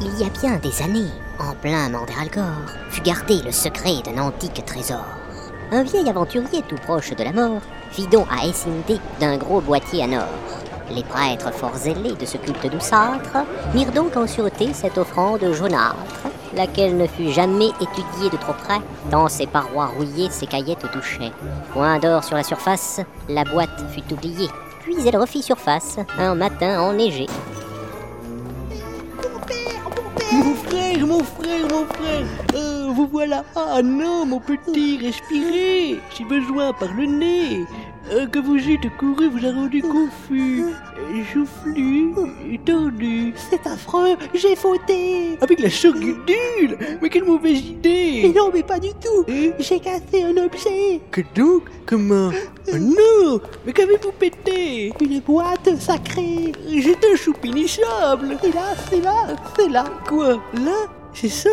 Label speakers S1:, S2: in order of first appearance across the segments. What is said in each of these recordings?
S1: il y a bien des années, en plein Mandralgore, fut gardé le secret d'un antique trésor. Un vieil aventurier tout proche de la mort fit don à Essindé d'un gros boîtier en or. Les prêtres fort zélés de ce culte douceâtre mirent donc en sûreté cette offrande jaunâtre, laquelle ne fut jamais étudiée de trop près, tant ses parois rouillées ses caillettes touchaient. Point d'or sur la surface, la boîte fut oubliée, puis elle refit surface un matin enneigé.
S2: Mon frère, mon frère, mon frère Euh, Vous voilà Ah non, mon petit, respirez Si besoin, par le nez Euh, Que vous êtes couru vous a rendu confus, euh, joufflu, euh, tordu.
S3: C'est affreux, j'ai fauté
S2: Avec la sorgudule Mais quelle mauvaise
S3: Mais
S2: idée
S3: non, mais pas du tout
S2: Euh,
S3: J'ai cassé un objet Euh.
S2: Que donc Comment Oh non Mais qu'avez-vous pété
S3: Une boîte sacrée
S2: J'étais insoupinissable
S3: Et là, c'est là, c'est là
S2: Quoi Là C'est ça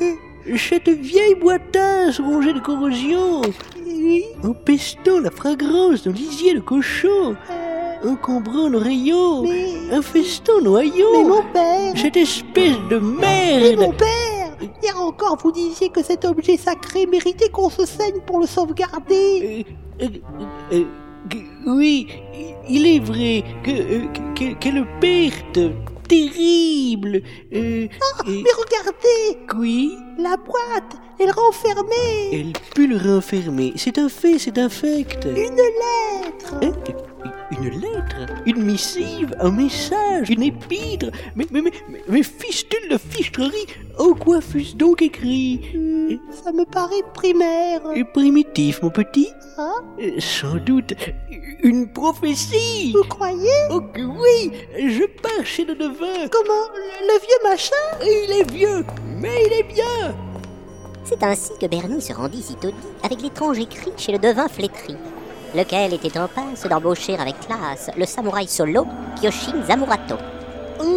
S2: Euh, Cette vieille boîtasse rongée de corrosion
S3: Oui
S2: En pestant la fragrance d'un lisier de cochon
S3: euh,
S2: encombrant nos rayons,
S3: Mais...
S2: infestant nos
S3: Mais
S2: haillons,
S3: mon père
S2: cette espèce de
S3: Mais mon
S2: merde
S3: père Hier encore, vous disiez que cet objet sacré méritait qu'on se saigne pour le sauvegarder
S2: Euh, euh, euh, euh, Oui, il est vrai que, euh, que- quelle perte terrible euh, euh,
S3: Mais regardez
S2: Oui,
S3: La boîte Elle renfermait
S2: elle put le renfermer, c'est un fait, c'est un fact
S3: une lettre
S2: Hein Une lettre Une missive Un message Une épître Mais, mais, mais, mais, mais fistule de fistrerie En quoi fut-ce donc écrit
S3: Hmm, Ça me paraît primaire.
S2: Euh, Primitif, mon petit
S3: Hein
S2: Euh, Sans doute une prophétie
S3: Vous croyez
S2: Oh que oui Je pars chez le devin
S3: Comment le, le vieux machin
S2: Il est vieux, mais il est bien
S1: C'est ainsi que Bernie se rendit sitôt dit avec l'étrange écrit chez le devin flétri, lequel était en passe d'embaucher avec classe le samouraï solo Kyoshin Zamurato.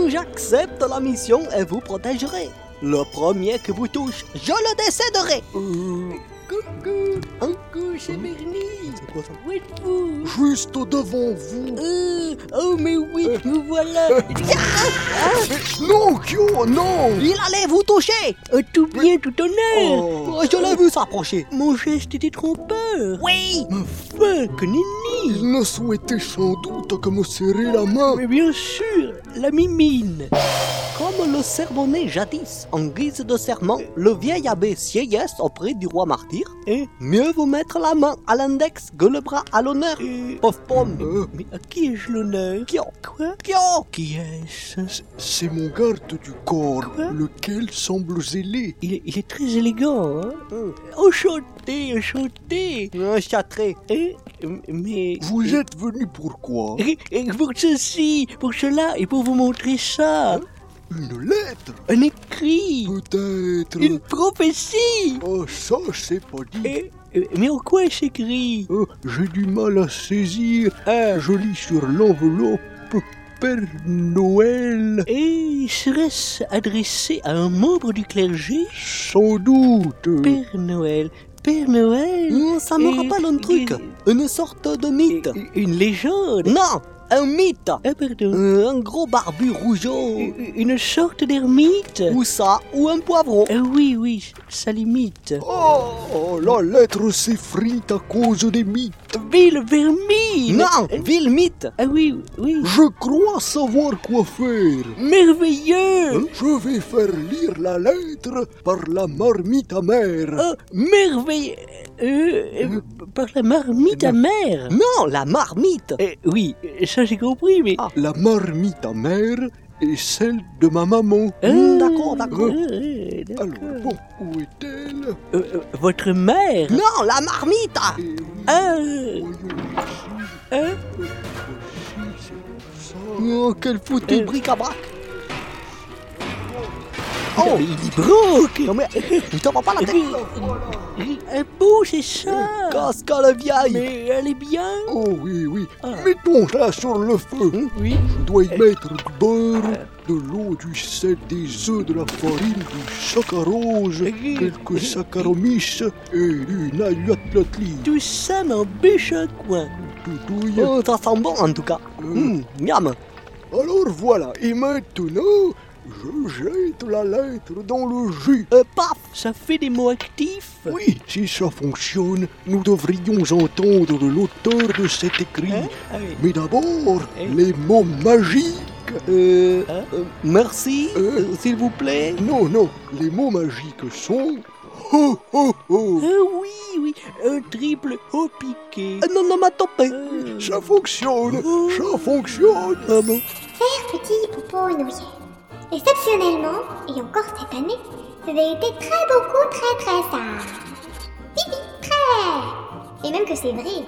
S3: J'accepte la mission et vous protégerai. Le premier que vous touche, je le décéderai. Hein
S2: Coucou Coucou, c'est Bernie Où êtes-vous
S4: Juste devant vous.
S2: Euh, Oh mais oui, me voilà Hein
S4: Non, Kyo, non
S3: Il allait vous toucher.
S2: Euh, tout bien, tout honneur
S4: Oh.
S3: Je l'ai vu s'approcher.
S2: Mon geste était trompeur
S3: Oui.
S2: Enfin, que nenni
S4: Il ne souhaitait sans doute que me serrer la main.
S2: Mais bien sûr, la mimine
S3: Comme le sermonné jadis, en guise de serment, le vieil abbé sieyès auprès du roi martyr.
S2: Hein
S3: Mieux vaut mettre la main à l'index que le bras à l'honneur.
S2: Euh,
S3: Pauvre pomme.
S4: Euh,
S2: Mais à qui ai-je l'honneur
S3: Kyo.
S2: Quoi
S3: Kyo.
S2: Qui est-ce
S4: C'est mon garde du corps,
S2: Quoi
S4: lequel semble zélé.
S2: il, est- il est très élégant, hein
S3: Hum.
S2: Enchanté, enchanté
S3: Un châtré.
S2: Hein Mais...
S4: Vous êtes venu pourquoi
S2: Et- et Pour ceci, pour cela, et pour vous montrer ça
S4: Une lettre
S2: Un écrit
S4: Peut-être.
S2: Une prophétie
S4: Oh, ça, c'est pas dit.
S2: Et- et- Mais en quoi est-ce écrit
S4: Euh, J'ai du mal à saisir.
S2: Euh.
S4: Je lis sur l'enveloppe Père Noël.
S2: Et serait-ce adressé à un membre du clergé
S4: Sans doute. Hein
S2: Père Noël. Père Noël
S3: Hum, ça me
S2: Et-
S3: rappelle un truc. Une sorte de mythe.
S2: Une légende
S3: Non, un mythe.
S2: Ah pardon.
S3: Euh, un gros barbu rougeau.
S2: Une sorte d'ermite
S3: Ou ça, ou un poivron.
S2: Ah oui, oui, ça limite.
S4: Oh, la lettre s'effrite à cause des mythes.
S2: Ville vermine
S3: Non, ville mythe.
S2: Ah oui, oui.
S4: Je crois savoir quoi faire.
S2: Merveilleux
S4: Je vais faire lire la lettre par la marmite amère.
S2: Oh, merveilleux euh, euh, Par la marmite
S4: Non.
S2: amère
S3: Non, la marmite.
S2: Euh, Oui, ça j'ai compris, mais...
S3: Ah.
S4: La marmite amère est celle de ma maman.
S2: Euh,
S3: d'accord, d'accord.
S2: euh, d'accord.
S4: Alors, bon, où est-elle
S2: Euh, euh, votre mère
S3: Non, la marmite.
S4: Et oui,
S2: Ah, euh,
S4: voyons ici,
S2: euh,
S4: ici, c'est ça.
S3: Oh, quel foutu
S2: Euh.
S3: bric-à-brac. Oh,
S2: mais il y broque
S3: non mais, il t'en prend pas la tête.
S2: Euh,
S3: Euh,
S2: Un beau, c'est ça
S3: Casse que le vieil.
S2: Mais elle est bien
S4: Oh oui, oui.
S2: Ah. Hein? Eh.
S4: Mettons ça sur le feu.
S2: Oui.
S4: Je dois y mettre du beurre,
S2: Euh.
S4: de l'eau, du sel, des œufs, de la farine, du saccharose,
S2: Eh.
S4: quelques saccharomyces et du nahuatlatli.
S2: Tout ça m'embêche un coin. Mm.
S4: Doudouille.
S2: Oh.
S3: Oh, ça sent bon en tout cas.
S4: Euh,
S3: Hum, miam.
S4: Alors voilà, et maintenant, Je jette la lettre dans le jus.
S2: Euh, paf Ça fait des mots actifs
S4: Oui, si ça fonctionne, nous devrions entendre l'auteur de cet écrit.
S2: Hein Ah oui.
S4: Mais d'abord,
S2: Eh.
S4: les mots magiques.
S3: Euh,
S2: Hein
S3: euh, merci,
S4: Euh.
S3: euh, s'il vous plaît.
S4: Non, non, les mots magiques sont. Ho, ho, ho.
S2: Ah oui, oui, un triple haut piqué.
S3: Ah, non, non, mais attendez.
S2: Euh,
S4: Ça fonctionne, ça fonctionne.
S3: Ah bon
S5: Faire petit poupon noyer. Exceptionnellement, et encore cette année, vous avez été très beaucoup, très très sage. Pipi, très Et même que c'est vrai,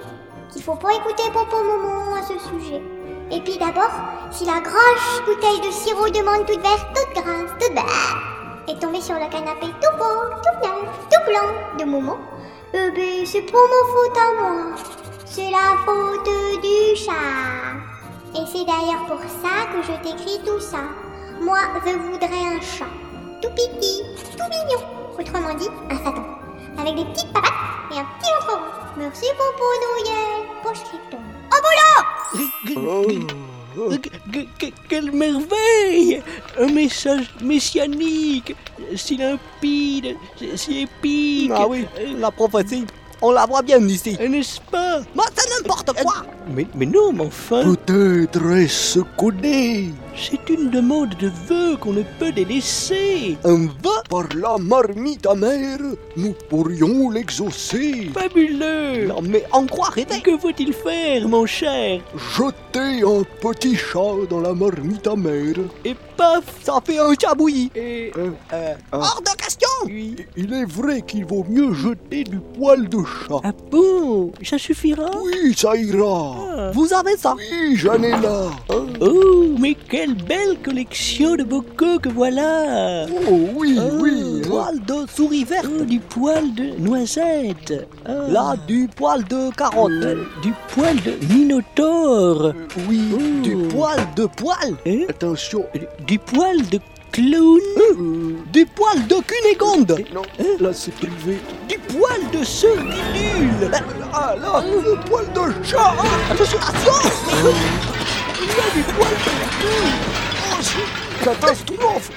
S5: qu'il faut pas écouter Popo Momon à ce sujet. Et puis d'abord, si la grosse bouteille de sirop de mangue toute verte, toute grasse, toute belle, est tombée sur le canapé tout beau, tout blanc, tout blanc de Momo, euh ben c'est pas ma faute à moi, c'est la faute du chat. Et c'est d'ailleurs pour ça que je t'écris tout ça. Moi, je voudrais un chat. Tout petit, tout mignon. Autrement dit, un satan. Avec des petites papates et un petit ventre rond. Merci, Popo Noël. Poche Krypton. Au boulot
S4: Oh.
S2: Euh,
S3: euh.
S2: que- que- Quelle merveille Un message messianique, si limpide, si- si épique.
S3: Ah oui,
S2: Euh,
S3: la prophétie, on la voit bien ici.
S2: euh, N'est-ce pas
S3: Moi, c'est n'importe quoi.
S2: Euh, mais, mais non, mais enfin,
S4: Peut-être est-ce connu
S2: c'est une demande de vœu qu'on ne peut délaisser.
S3: Un vœu
S4: par la marmite amère, nous pourrions l'exaucer.
S2: Fabuleux
S3: Non, mais en quoi arrêter
S2: Que faut-il faire, mon cher
S4: Jeter un petit chat dans la marmite amère.
S2: Et paf
S3: Ça fait un chabouillis.
S2: Et...
S4: Euh,
S2: euh,
S3: Hors de question
S2: oui.
S4: Il est vrai qu'il vaut mieux jeter du poil de chat.
S2: Ah bon Ça suffira
S4: Oui, ça ira.
S2: Ah.
S3: Vous avez ça
S4: Oui, j'en ai là.
S2: Oh, mais quelle belle collection de bocaux que voilà
S4: Oh oui,
S2: Oh,
S4: oui. hein.
S3: Poil de souris verte.
S2: Oh, du poil de noisette Ah.
S3: Là, du poil de carotte.
S2: Euh, Du poil de minotaure
S4: Oui,
S2: Oh.
S4: du
S3: Du
S4: poil.
S3: poil de poil.
S2: Hein
S4: Attention.
S2: Du poil de clown
S3: Du poil de cunégonde.
S4: Non, là c'est privé.
S2: Du poil de seringue
S3: Euh,
S4: Ah là,
S2: Euh.
S4: le poil de chat.
S3: Attention
S2: Oh,
S4: Catastrophe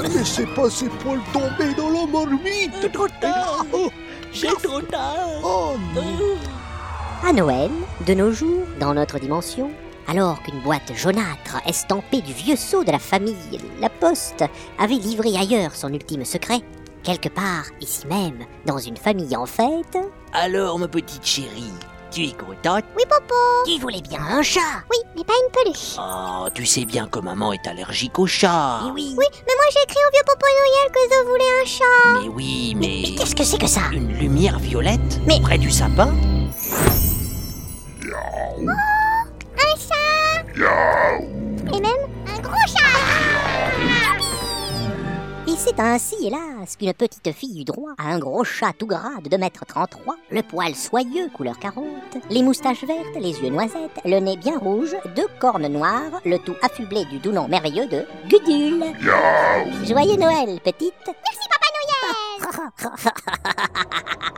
S4: Laissez pas ces poils tomber dans la marmite
S2: Trop tard
S3: Ah, oh.
S2: C'est trop tard
S4: Oh
S2: Oh.
S1: À Noël, de nos jours, dans notre dimension, alors qu'une boîte jaunâtre estampée du vieux sceau de la famille La Poste avait livré ailleurs son ultime secret, quelque part, ici même, dans une famille en fête,
S2: Alors, ma petite chérie, tu es contente
S5: Oui, Popo.
S1: tu voulais bien un chat
S5: Oui, mais pas une peluche.
S2: Oh, tu sais bien que maman est allergique au chat.
S1: Eh oui,
S5: Oui, mais moi j'ai écrit au vieux Popo Noël que je voulais un chat.
S2: Mais oui,
S1: mais, mais qu'est-ce que c'est que ça
S2: Une lumière violette
S1: Mais-
S2: près du sapin
S5: Un chat Et même un gros chat
S1: Et c'est ainsi, hélas, qu'une petite fille eut droit à un gros chat tout gras de 2m33, le poil soyeux couleur carotte, les moustaches vertes, les yeux noisettes, le nez bien rouge, deux cornes noires, le tout affublé du doux nom merveilleux de Gudule. Joyeux Noël, petite
S5: Merci, Papa Noël